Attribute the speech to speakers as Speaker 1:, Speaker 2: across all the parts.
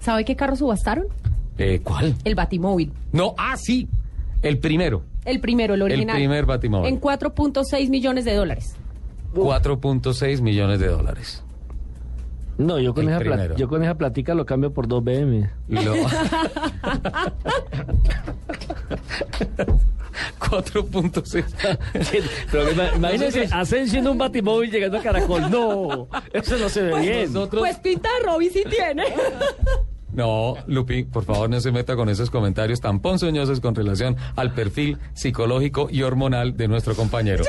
Speaker 1: ¿Sabe qué carro subastaron?
Speaker 2: Eh, ¿Cuál?
Speaker 1: El Batimóvil.
Speaker 2: No, ah, sí. El primero.
Speaker 1: El primero, el original.
Speaker 2: primer Batimóvil.
Speaker 1: En 4.6 millones de dólares.
Speaker 2: 4.6 millones de dólares.
Speaker 3: No, yo con,
Speaker 2: El
Speaker 3: esa pla-
Speaker 2: primero.
Speaker 3: yo con esa platica lo cambio por dos BM.
Speaker 2: Lo... 4.6.
Speaker 3: Pero ima- imagínense, Asensio en un batimóvil llegando a Caracol. No, eso no se ve bien.
Speaker 2: Nosotros...
Speaker 1: Pues pinta de Robin sí tiene.
Speaker 2: No, Lupi, por favor no se meta con esos comentarios tan ponzoñosos con relación al perfil psicológico y hormonal de nuestro compañero.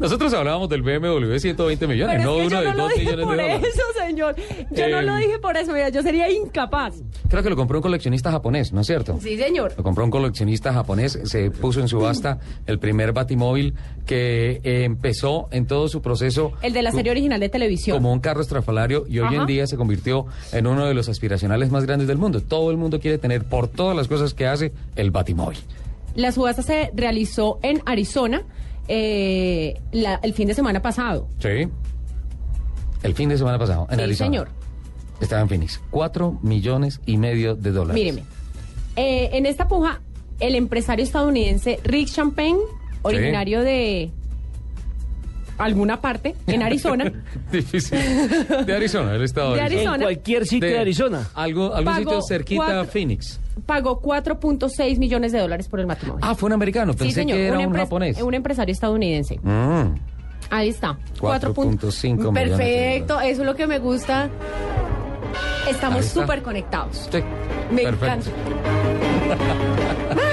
Speaker 2: Nosotros hablábamos del BMW de 120 millones,
Speaker 1: Pero
Speaker 2: no
Speaker 1: es que
Speaker 2: uno
Speaker 1: yo
Speaker 2: de
Speaker 1: no lo
Speaker 2: 2
Speaker 1: dije
Speaker 2: millones de
Speaker 1: por
Speaker 2: dólares.
Speaker 1: eso, señor. Yo no
Speaker 2: Eh,
Speaker 1: lo dije por eso. Mira, yo sería incapaz.
Speaker 2: Creo que lo compró un coleccionista japonés, ¿no es cierto?
Speaker 1: Sí, señor.
Speaker 2: Lo compró un coleccionista japonés, se puso en subasta el primer batimóvil que eh, empezó en todo su proceso
Speaker 1: El de la serie original de televisión.
Speaker 2: como un carro estrafalario y hoy
Speaker 1: Ajá.
Speaker 2: en día se convirtió en uno de los aspiracionales más grandes del mundo. Todo el mundo quiere tener, por todas las cosas que hace, el batimóvil.
Speaker 1: La subasta se realizó en Arizona eh, la- el fin de semana pasado.
Speaker 2: Sí. El fin de semana pasado, en
Speaker 1: Sí,
Speaker 2: Arizona.
Speaker 1: señor.
Speaker 2: Estaba en Phoenix. Cuatro millones y medio de dólares.
Speaker 1: Míreme. Eh, en esta puja, el empresario estadounidense Rick Champagne, originario de alguna parte en Arizona,
Speaker 2: Difícil. De Arizona, el estado
Speaker 1: De
Speaker 3: En
Speaker 1: Arizona.
Speaker 3: cualquier sitio de, Arizona.
Speaker 2: Algo, algún
Speaker 1: Pagó
Speaker 2: sitio cerquita a
Speaker 1: cuatro-
Speaker 2: Phoenix.
Speaker 1: pagó 4.6 millones de dólares por el matrimonio.
Speaker 2: Ah, fue un americano.
Speaker 1: Sí,
Speaker 2: Pensé
Speaker 1: señor,
Speaker 2: que era
Speaker 1: un
Speaker 2: un,
Speaker 1: empres-
Speaker 2: japonés.
Speaker 1: Un empresario estadounidense.
Speaker 2: Mm,
Speaker 1: Ahí está.
Speaker 2: 4.5 millones.
Speaker 1: Perfecto, eso es lo que me gusta.
Speaker 2: Ahí
Speaker 1: Estamos
Speaker 2: está.
Speaker 1: súper conectados.
Speaker 2: Sí.
Speaker 1: Me
Speaker 2: Perfecto.
Speaker 1: encanta.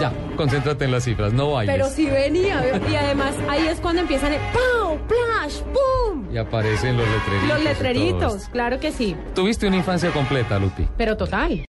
Speaker 2: Ya, concéntrate en las cifras, no bailes.
Speaker 1: Pero si venía, y además ahí es cuando empiezan el ¡Pau! ¡Plash! ¡Pum!
Speaker 2: Y aparecen los letreritos.
Speaker 1: Los
Speaker 2: y todo
Speaker 1: letreritos,
Speaker 2: esto.
Speaker 1: claro que sí,
Speaker 2: Tuviste una infancia completa, Lupi.
Speaker 1: pero total.